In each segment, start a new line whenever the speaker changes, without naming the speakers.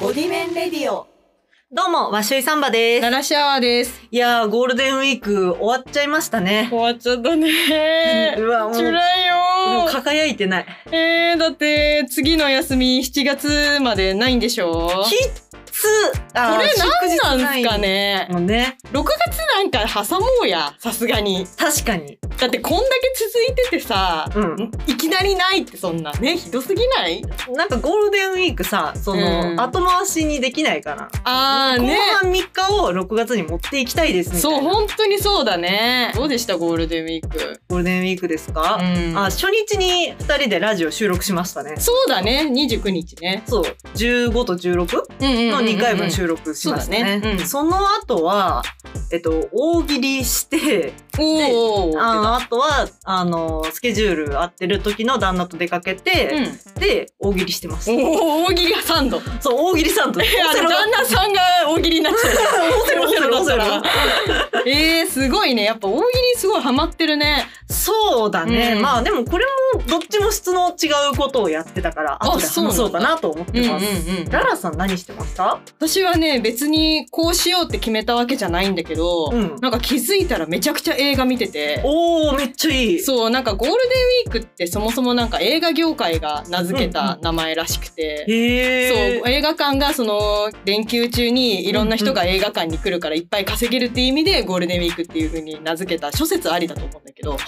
ボディメンレディオ。
どうも、わしゅいサンバです。
ナラシアワーです。
いやー、ゴールデンウィーク終わっちゃいましたね。
終わっちゃったね。
うわもうも
辛
う
いよ
輝いてない。
ー。えー、だって、次の休み7月までないんでしょ
きっつあ
これ何なんすか
ね。
ね
もうね、
?6 月なんか挟もうや、さすがに。
確かに。
だってこんだけ続いててさ、
うん。
いきなりないってそんな。ね、ひどすぎない
なんかゴールデンウィークさ、その、
うん
後回しにできないから。
あー
後
ね。
半3日を6月に持っていきたいですね。
そう、本当にそうだね。どうでした、ゴールデンウィーク。
ゴールデンウィークですか、
うん
あ、初日に2人でラジオ収録しましたね。
そうだね、29日ね。
そう。15と 16?
うんうんうんう
の
ん
2回分収録しましたね。
そうだねうん
その後は、えっと、大喜利して、
おー。
あのあとは、あの、スケジュール合ってる時の旦那と出かけて、
うん
で、大喜利してます。
おお大喜利がサンド。
そう、大喜利さんと。オ
え あ
セロ
の
だ
旦那さんが大喜利になっちゃ
オセロ、オセロ、オセロ。
う。えー、すごいね。やっぱ大喜利すごいハマってるね。
そうだね。
うん
まあ、でもこれも、どっちも質の違うことをやってたから、後で
そうな
話
んだ
そうかなと思ってます。
ん。
ララさん何してました
私はね、別にこうしようって決めたわけじゃないんだけど、
うん
なんか気づいたらめちゃくちゃ映画見てて。
おー、めっちゃいい。
そう、なんかゴールデンウィークってそもそもなんか映画業界が名付けた名前らしくて。
へー。
そう映画館がその連休中にいろんな人が映画館に来るからいっぱい稼げるっていう意味でゴールデンウィークっていう風に名付けた諸説ありだと思うんだけ
ほ
ど
ー。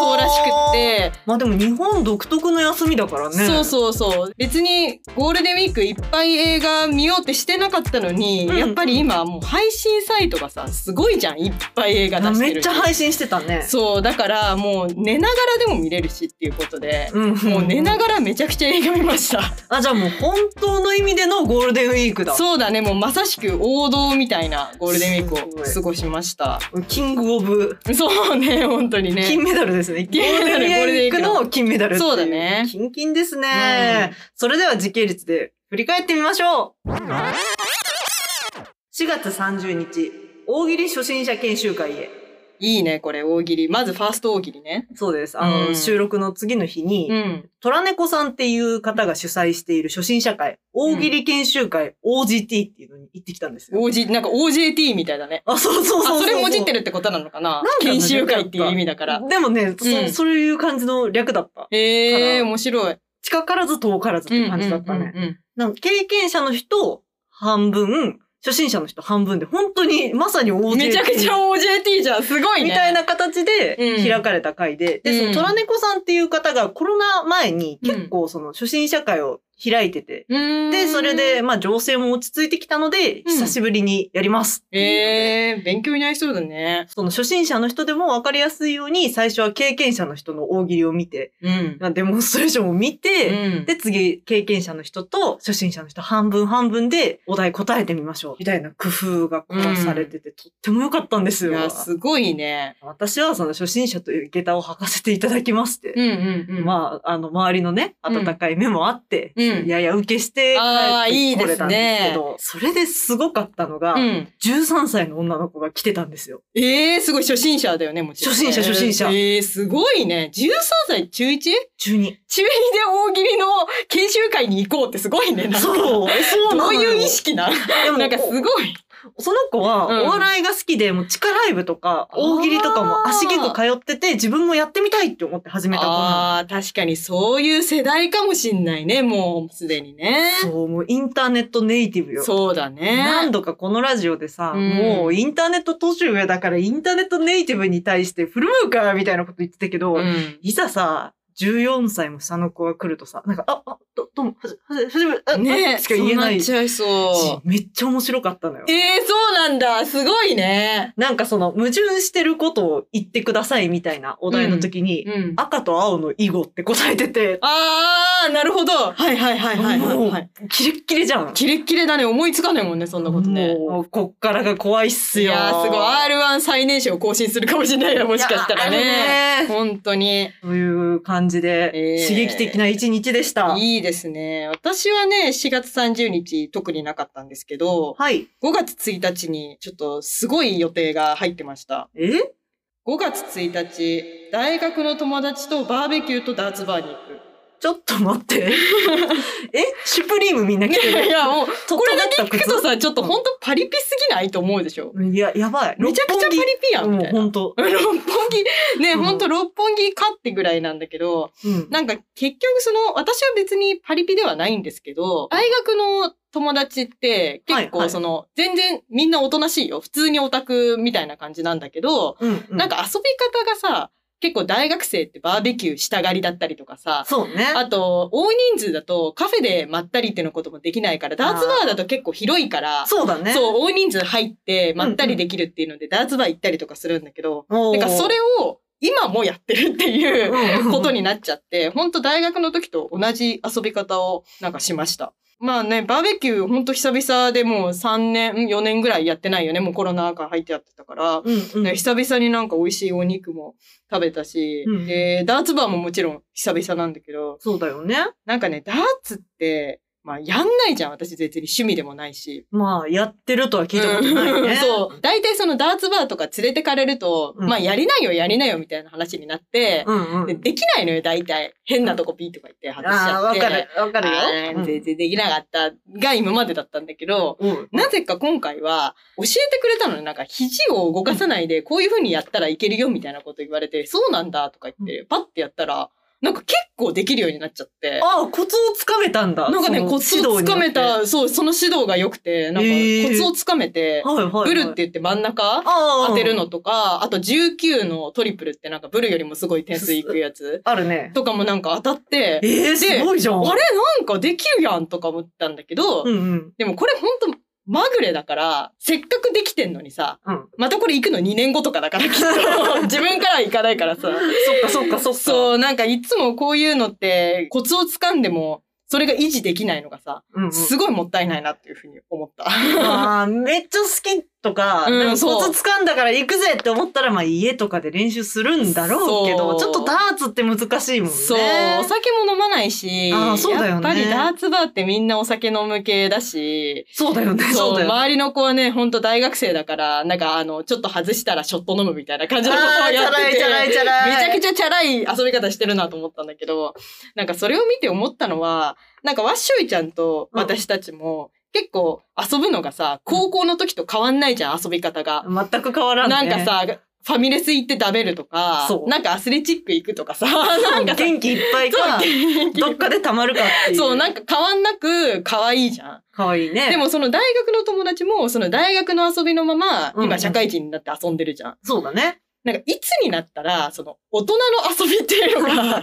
そうらしくって、
まあでも日本独特の休みだからね。
そうそうそう別にゴールデンウィークいっぱい映画見ようってしてなかったのに、
うん
やっぱり今もう配信サイトがさすごいじゃんいっぱい映画出してる
めっちゃ
い
配信してたね。
そうだからもう寝ながらでも見れるしっていうことで、
うん
もう寝な
が
がらめちゃくちゃ映画見ました
あ、じゃあもう本当の意味でのゴールデンウィークだ。
そうだねもうまさしく王道みたいなゴールデンウィーク
すご
を
い
過ごしました
キングオブ、
そうね本当にね
金メダルですね。
金メダル
ゴールデンウィーク
ゴールデンウィーク
の金メダルってい。
そうだね
キンキンですね。それでは時系列で振り返ってみましょう。4月30日、大喜利初心者研修会へ。
いいねこれ大喜利まずファースト大喜利ね
そうです。あの、
うん
収録の次の日に、
うん
虎猫さんっていう方が主催している初心者会、大喜利研修会 OGT っていうのに行ってきたんですよ。
OG なんか OJT みたいだね
あ、そうそうそう
あ、それもじって
る
るってことなのか
な
な
んかね
研修会っていう意味だから。
でもね、そ、
うん
そういう感じの略だった。
ええー、面白い。
近からず遠からずっていう感じだったね。
うんうんうんうん
なんか経験者の人半分、初心者の人半分で、本当にまさに OJT。
めちゃくちゃ OJT じゃん。すごいね。
みたい。な形で
うん
開かれた会で、で、そ
うん
の虎猫さんっていう方がコロナ前に結構その初心者会を開いてて、
うーん。
で、それで、。まあ、情勢も落ち着いてきたので、
うん
久しぶりにやりますっていうので。
ええー、勉強になりそうだね。
その初心者の人でも分かりやすいように、最初は経験者の人の大喜利を見て、
うん。
まあデモンストレーションを見て、
うん
で、次、経験者の人と初心者の人半分半分でお題答えてみましょう。みたいな工夫がこうされてて、とっても良かったんですよ。
いや、すごいね。
私はその初心者という下駄を履かせていただきまして、
うんうんうん。
まあ、あの、周りのね、温かい目もあって、
うん
やや受けして
あー
帰ってこ
いいで
れ
す
たんです
ね
けど、それですごかったのが、
うん。
13歳の女の子が来てたんですよ。
ええー、すごい初心者だよね、もちろんね。
初心者初心者
ええー、すごいね。13歳中 1?
12。
中2で大喜利の研修会に行こうってすごいね。なんか
そう、えそう
ど
なの
う
よ
いう意識なの
でも
なんかすごい。
その子は
うん
お笑いが好きで、もう地下ライブとか、
あー
大喜利とかも足しげく通ってて、自分もやってみたいって思って始めた子な
ああー、確かにそういう世代かもしんないね、もうすでにね。
の。そう、もうインターネットネイティブよ。
そうだね。
何度かこのラジオでさ、
うん
もうインターネット年上だからインターネットネイティブに対して振る舞うからみたいなこと言ってたけど、
うん
いざさ、14歳も下の子が来るとさ、なんか、あ、あ、ど、どうも、はじ、はじ、はじめ、あ、
ねえ、
しか言えないし
そうなっちゃいそ、
めっちゃ面白かったのよ
う。。ええそうなんだ。すごいね。
なんかその、矛盾してることを言ってくださいみたいなお題の時に、
うん。
赤と青の囲碁って答えてて、
ああ、なるほど。はいはいはいはいはい、
も
はい。
う、キレッキレじゃん。
キレッキレだね。思いつかないもんね、そんなことね。
もう、こっからが怖いっす
い
よ。
やー、すごい。R1 最年少更新するかもしれないよ、もしかしたら
い
ね。
やあのね
本当に。
という感じで、
えー
刺激的な一日でした。
いいですね。私はね、4月30日特になかったんですけど、
はい。
5月1日にちょっとすごい予定が入ってました。
え
5月1日、大学の友達とバーベキューとダーツバーに行く。
ちょっと待 って。えシュプリームみんな着て
いや
る。
いやもう
と
これだけ
尖っ
聞
た
く
靴
とさちょっとほんとパリピすぎないと思うでしょ
いや、やばい。
めちゃくちゃパリピやんみ
も
た
う
いな
本当。
六本木ね、
うん
ほんと六本木かってぐらいなんだけど、
うん。
なんか結局その、私は別にパリピではないんですけど、大学の友達って結
はいは
構
い
その、全然みんなおとなしいよ。普通にオタクみたいな感じなんだけど、
うん、うん。
なん、か遊び方がさ、結構大学生ってバーベキューしたがりだったりとかさ、
そうね。
あと、大人数だとカフェでまったりってのこともできないから、ダーツバーだと結構広いから、
そうだね。
そう、大人数入ってまったりできるっていうので、ダーツバー行ったりとかするんだけど、
おー
なんかそれを今もやってるっていう
うん
ことになっちゃって、本当大学の時と同じ遊び方をなんかしました。まあね、バーベキュー本当久々でもう3年、4年ぐらいやってないよね。もうコロナ禍入ってやってたから。
うんうん、
ね久々になんか美味しいお肉も食べたし、
うん
で、ダーツバーももちろん久々なんだけど、
そうだよね。
なんかね、ダーツって、まあやんないじゃん。私別に趣味でもないし。
まあ、やってるとは聞いたことない
うん
ね。
そう。大体そのダーツバーとか連れてかれると、
うん
まあやりなよやりなよみたいな話になって、
うんうん。
でできないのよ大体。変なとこピーとか言って外しち
あ
ゃ
あ、
って。
わかる。わかるよ
あー。
うん
全然できなかったが今までだったんだけど、
うん
なぜか今回は教えてくれたのになんか肘を動かさないでこういう風にやったらいけるよみたいなこと言われて、そうなんだとか言って、パッてやったら、なんか結構できるようになっちゃって。
ああ、コツをつかめたんだ。
なんかね、
その
コツをつかめ
指導
た、そう、その指導が良くて、なんか
へー
コツをつかめて、
によって。はいはい、はい。
ブルって言って真ん中
ああ
当てるのとか、あと19のトリプルってなんかブルよりもすごい点数いくやつ
あるね。
とかもなんか当たって、
ええ、すごいじゃ
あ
ん。
れなんかできるやんとか思ったんだけど、
うんうん。
でもこれほんとまぐれだから、せっかくできてんのにさ、
うん
またこれ行くの2年後とかだからきっと、 自分からは行かないからさ。
そっかそっかそっか。
そう、なんかいつもこういうのってコツをつかんでも、それが維持できないのがさ、
うんうん
すごいもったいないなっていうふうに思った。
ああ、めっちゃ好きとか、
うん
なんか
そう
コツ掴んだから行くぜって思ったら、まあ家とかで練習するんだろうけ
そう
ど、ちょっとダーツって難しいもんね。
そう、お酒も飲まないし、
あーそうだよね
やっぱりダーツバーってみんなお酒飲む系だし、
そうだよね、そうだよね。
周りの子はね、ほんと大学生だから、なんかあの、ちょっと外したらショット飲むみたいな感じのこと
あー
を
チャ
やって
ラい
て、
チャラいチャラい。
めちゃくちゃチャラい遊び方してるなと思ったんだけど、なんかそれを見て思ったのは、なんかワッショイちゃんと私たちも、結構遊ぶのがさ、高校の時と変わんないじゃん、遊び方が。
全く変わらんね。
なんかさ、ファミレス行って食べるとか
そ、う
なんかアスレチック行くとかさ、
そう、
なんかさ、
元気いっぱいか、どっかで溜まるかっていう。
そう、なんか変わんなく可愛いじゃん。
かわいいね。
で、もその大学の友達も、その大学の遊びのまま、
うんう
今
ん
社会人になって遊んでるじゃん。
そうだね。
なんかいつになったら、その大人の遊びっていうの が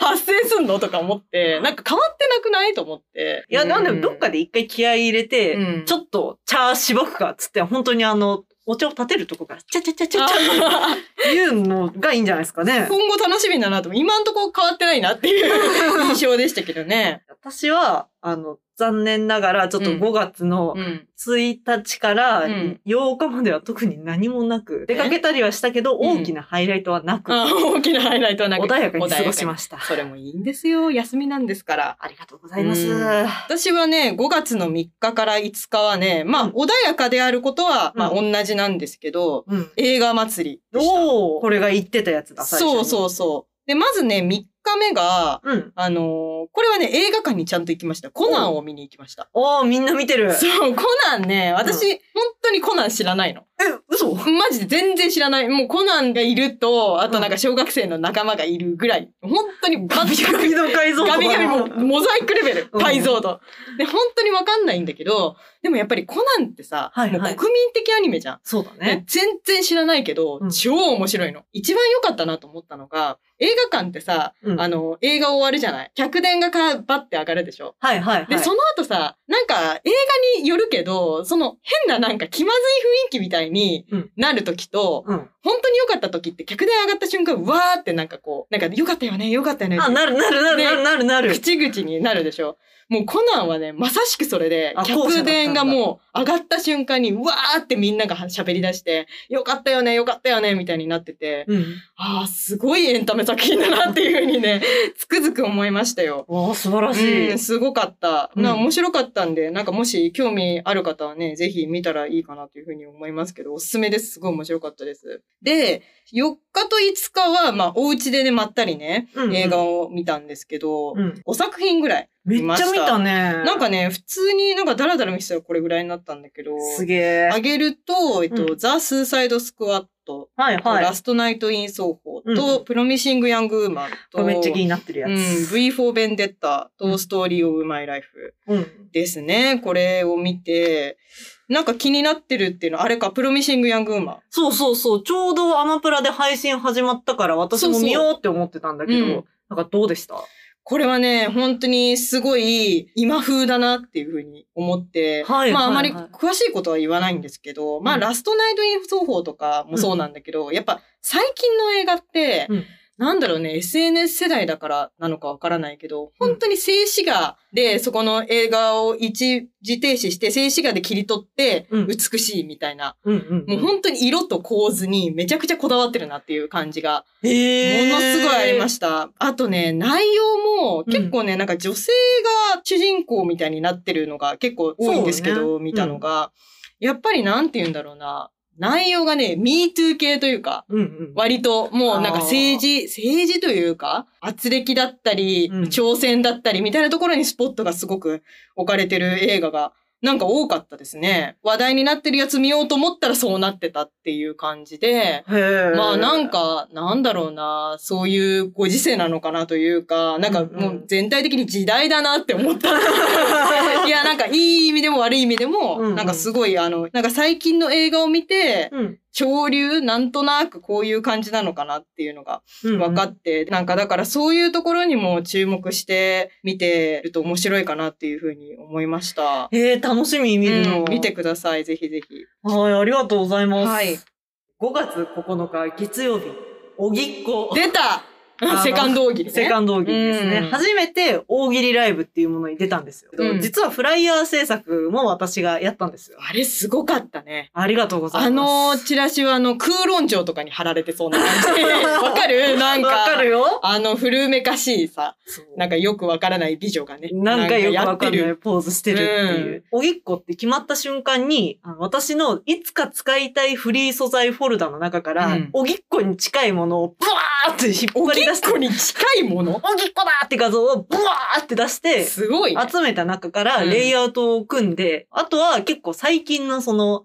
発生すんのとか思って、なんか変わってなくないと思って。
いや、なんでもどっかで一回気合い入れて、
うん
ちょっと茶しばくかっつって、本当にあの、お茶を立てるとこから、ちゃちゃちゃちゃちゃ
あ
っていうのがいいんじゃないですかね。
今後楽しみだなと思う、今んとこ変わってないなっ ていう印象でしたけどね。
私は、あの、残念ながら、ちょっと
うん
5月の
うん。
1日から
うん
8日までは特に何もなく、出かけたりはしたけど、
うん
大きなハイライトはなく、
あ大きなハイライトはなく
穏やかに過ごしました。
それもいいんですよ。休みなんですから。
ありがとうございます。
うん私はね、5月の3日から5日はね、ま
う
あ、
ん
穏やかであることは、まあ、
う
同じなんですけど、
うん
映画祭りでした。
おおこれが言ってたやつだ、最初に。
そうそうそう。で、まずね、3日目が、
う。うん。
あのーこれはね、映画館にちゃんと行きました。コナンを見に行きました。
おおみんな見てる。
そう、コナンね、私、本当にコナン知らないの。
え、嘘
マジで全然知らない。もうコナンがいると、あとなんか小学生の仲間がいるぐらい。本当に
ガビガビの解像度だな
ガミガミもモザイクレベル、
うん
解像度。で、本当にわかんないんだけど、でもやっぱりコナンってさ、
はいはい
もう国民的アニメじゃん。
そうだ
ね
ね。
全然知らないけど、
うん
超面白いの。一番良かったなと思ったのが、映画館ってさ、
うん
あの、映画終わるじゃない客電がかバッて上がるでしょ
はいはいはい。
で、その後さ、なんか映画によるけど、その変ななんか気まずい雰囲気みたいに
うん
なる時と、
うん。
本当に良かった時って客電上がった瞬間、わーってなんかこう、なんか良かったよね、良かったよねって
あ、なるなるなるなるなる なる。
口々になるでしょ。もうコナンはね、まさしくそれで
あ、後者だった
客
んだ
電がもう上がった瞬間に、うわーってみんなが喋り出して、よかったよね、よかったよね、みたいになってて、
うん。
ああ、すごいエンタメ作品だなっていうふうにね、 つくづく思いましたよ。
わあ、素晴らしい。
うん、すごかった。
うん
な面白かったんで、なんかもし興味ある方はね、ぜひ見たらいいかなというふうに思いますけど、おすすめです。すごい面白かったです。で、4日と5日は、まあ、お家でね、まったりね、
うんうん
映画を見たんですけど、
うん
5作品ぐらい。
めっちゃ見たね。
なんかね、普通になんかダラダラ見てたらこれぐらいになったんだけど、
すげえ。
あげると、えっと、
う
ザ・スーサイド・スクワット、
はいはい
ラ。スト・ナイト・イン・奏法と、
う
プロミシング・ヤング・ウーマン
これ
と、
めっちゃ気になってるや
うん、
つ。
V for Vendetta
う
と
ん
ストーリーオブマイライフ
うん。
ですね。これを見て、なんか気になってるっていうのは、あれか、プロミシングヤングウーマン。
そうそうそう。ちょうどアマプラで配信始まったから私も見ようって思ってたんだけど、
そうそう
なんかどうでした
これはね、本当にすごい今風だなっていうふうに思って、
はい
まああ
は
ま
い
り
はい
詳しいことは言わないんですけど、ま
う
あ
ん
ラストナイトイン奏法とかもそうなんだけど、やっぱ最近の映画って、
うん
なんだろうね、SNS 世代だからなのかわからないけど、本当に静止画で、そこの映画を一時停止して、静止画で切り取って、
うん
美しいみたいな、
うんうん。
もう本当に色と構図にめちゃくちゃこだわってるなっていう感じが
当へ
ものすごいありま
し
した。あとね、内容も結構ね、なんか女性が主人公みたいになってるのが結構多いんですけ
そ
ど、
うね
見たのが、やっぱりなんて言うんだろうな、内容がね、MeToo 系というか、
た。うんうん。
割ともうなん
あー
か政治、政治というか、圧力だったり、
うん
挑戦だったりみたいなところにスポットがすごく置かれてる映画がなんか多かったですね。話題になってるやつ見ようと思ったらそうなってたっていう感じで、
へー
まあな ん、か、なんだろうな、そういうご時世なのかなというか、なんか
うんうん
もう全体的に時代だなって思った。いや、なんかいい意味でも悪い意味でも、
うんうん
なんかすごいあの、なんか最近の映画を見て、
うん
潮流、なんとなくこういう感じなのかなっていうのが
うん、
分かって、なんかだからそういうところにも注目して見てると面白いかなっていうふうに思いました。
ええ楽しみ見るの、
うん見てください、ぜひぜひ。
はい、ありがとうございます。
はい。
5月9日月曜日、おぎっこ。
出た
あの
セカンド奥義ね。
セカンド大喜利ですね。
うん
初めて大喜利ライブっていうものに出たんですよ。
うん
実はフライヤー制作も私がやったんですよ。
あれすごかったね。
ありがとうござ
あ
います。
のチラシはあの空論城とかに貼られてそうな感 じ。わかるなんか。
わかるよ。
あの古めかしいさ、なん
か、
かよくわからない美女がね。
なんかよくわかん
や
な
って
いポーズしてるっていう。おぎっこって決まった瞬間に、あの私のいつか使いたいフリー素材フォルダの中から、
うん
おぎっこに近いものをブワーって引っ
お
張
ぎ
り
っ
出して、
こに近いもの
おぎっこだーって画像をブワーって出して、
すごいね、
集めた中から
うん
レイアウトを組んで、あとは結構最近のその青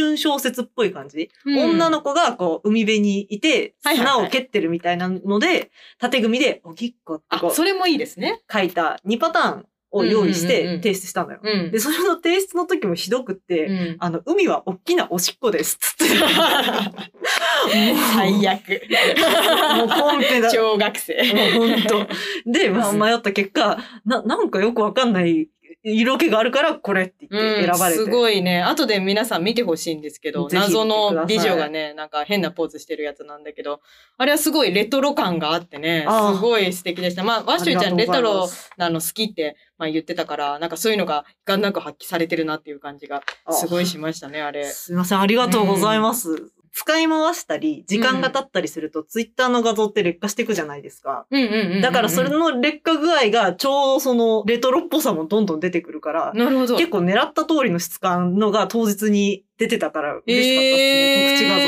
春小説っぽい感じ、女の
子。
子がこう海辺にいて
はいはいはい
砂を蹴ってるみたいなので、縦組みでおぎっこって
あ、
こ
それもいいですね。
う書いた2パターンを用意し
うんうんうんう
て提
ん
出したのよ。
うん
で、それの提出の時もひどくって、
うん
あの、海はおっきなおしっこです。つ って。
最悪。
もうコンペだ。
小学生。
もう本当。で、まあ、迷った結果、な、なんかよくわかんない色気があるから、これって言って選ばれて。
うんすごいね。後で皆さん見てほしいんですけど、
ぜひ見てくだ
謎
さい
の美女がね、なんか変なポーズしてるやつなんだけど、あれはすごいレトロ感があってね、
ああ
すごい素敵でした。まあ、ワッシュイちゃん
あ
レ
りが
ト
とうござい
ロ
ます
なの好きって、まあ、言ってたから、なんかそういうのがガンなく発揮されてるなっていう感じが
あ
すごいしましたね、あれ。
すいません、ありがとうございます。使い回したり、時間が経ったりすると、ツイッターの画像って劣化していくじゃないですか。
うんうんうんうん
だからそれの劣化具合が、ちょうどそのレトロっぽさもどんどん出てくるから、
なるほど。
結構狙った通りの質感のが当日に出てたから嬉しかったです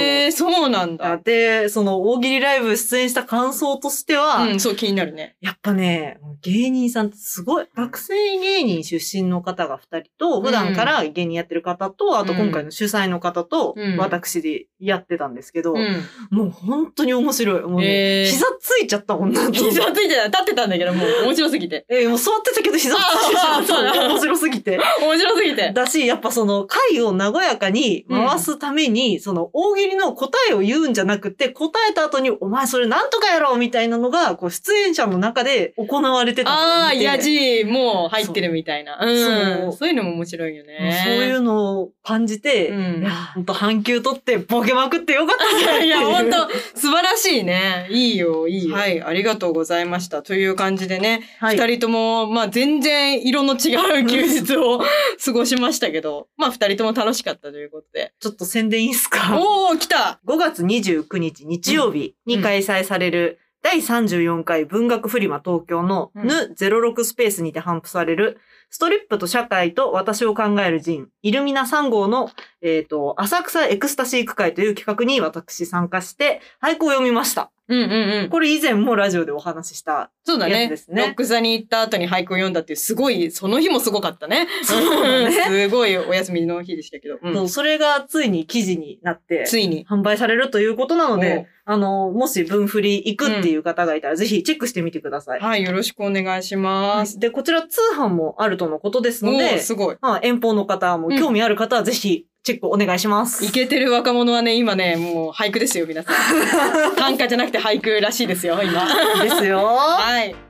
ね、
えー、そうな
告
ん
知画
だ
像。。で、その大喜利ライブ出演した感想としては、
うん、そう気になるね。
やっぱね、芸人さんってすごい、学生芸人出身の方が2人と、普段から芸人やってる方と、あと今回の主催の方と
うん、
私でやってたんですけど、
うん。
もう本当に面白い。もうね、
えー
膝ついちゃったもんなと。
膝ついてた。立ってたんだけど、もう面白すぎて。
えーもう座ってたけど膝ついちゃっ
あーそう
た。
だ
面白すぎて。
面白すぎて。
だし、やっぱその回を和やかに回すために、その大喜利の答えを言うんじゃなくて、答えた後に、お前それなんとかやろうみたいなのが、こう出演者の中で行われてたのを
ああ、
見て
やじもう入ってるみたいな。。
そううん
そういうのも面白いよ
もう
ね。
そういうのを感じて、
うん
いや、本当半休取ってボケまくってよかったじゃんって
い
い
や、
う
本当素晴らしいね。いいよ、いいよ。はい、ありがとうございました。という感じでね、
はい
二、人とも、まあ 全然色の違う休日を過ごしましたけど、まあ二人とも楽しかったといいうことで。
ちょっと宣伝いいですか
おー、来た
5月29日日曜日に開催される第34回文学フリマ東京の
うん
ぬ06スペースにて頒布されるストリップと社会と私を考える人イルミナ3号の、えっと浅草エクスタシー区会という企画に私参加して俳句を読みました。
うんうんうん。
これ以前もラジオでお話しした。
そうだね
やつですね
ロック座に行った後に俳句を読んだっていう、すごい、その日もすごかったね。
そうだね
すごいお休みの日でしたけど。うん
そうそれがついに記事になって
ついに。
販売されるということなの
おう
で、あの、もし文振り行くっていう方がいたら、ぜひチェックしてみてください。
はい、よろしくお願いします。
で、こちら通販もあるとのことですの
おー
で、
すごい。
まあ、遠方の方も
うん
興味ある方はぜひチェックお願いします。
イケてる若者はね、今ね、もう俳句ですよ、皆さ ん。短歌じゃなくて俳句らしいですよ、今。
ですよ。
はい。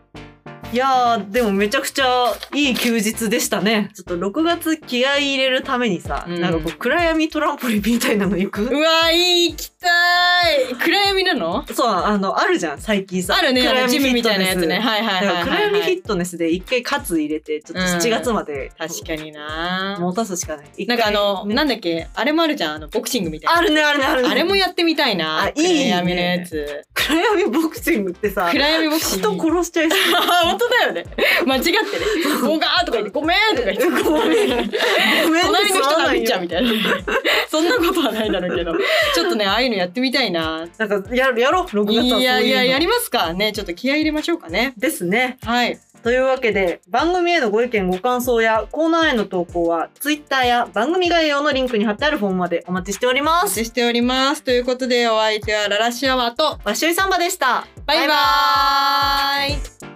いやー、でもめちゃくちゃいい休日でしたね。ちょっと6月気合い入れるためにさ、
うん
なんかこう暗闇トランポリンみたいなの行
う
く
わー、いい、行きたい。暗闇なの
そう、あの、あるじゃん、最近さ。
あるね、あ
暗
の
闇
ジムみたいなやつ
フィット
ね。
ネス
はいはいはい
だか
はい
ら
は
暗
い。
闇フィットネスで一回カツ入れて、ちょっと7月まで、
確かにな
持たすしかない。一
なん
回
かあの、
ね
なんだっけ、あれもあるじゃん、あの、ボクシングみたいな。
あるね、あるね、あるね。
あれもやってみたいな。
あいい
暗
ね
闇のやつ。
暗闇ボクシングってさ、
暗闇ボクシング。
人殺しちゃいそう。
あ 本当だよね。間違ってね。 ボガーとか言って、ごめんとか言って。
ごめんごめん
隣の人殴っちゃう
う。
みたいな。 そんなことはないだろうけど。ちょっとね、ああいうのやってみたいな。
なんかややろう、6月はそう
い
いうの。
やいや、やりますかね。ちょっと気合い入れましょうかね。
ですね。
はい。
というわけで、番組へのご意見、ご感想やコーナーへの投稿は、Twitter や番組概要のリンクに貼ってあるフォームまでお待ちしており
お
ま
待
す。
ちしております。ということで、お相手はララシアワと、
わっしょいサンバでした。
バイバーイ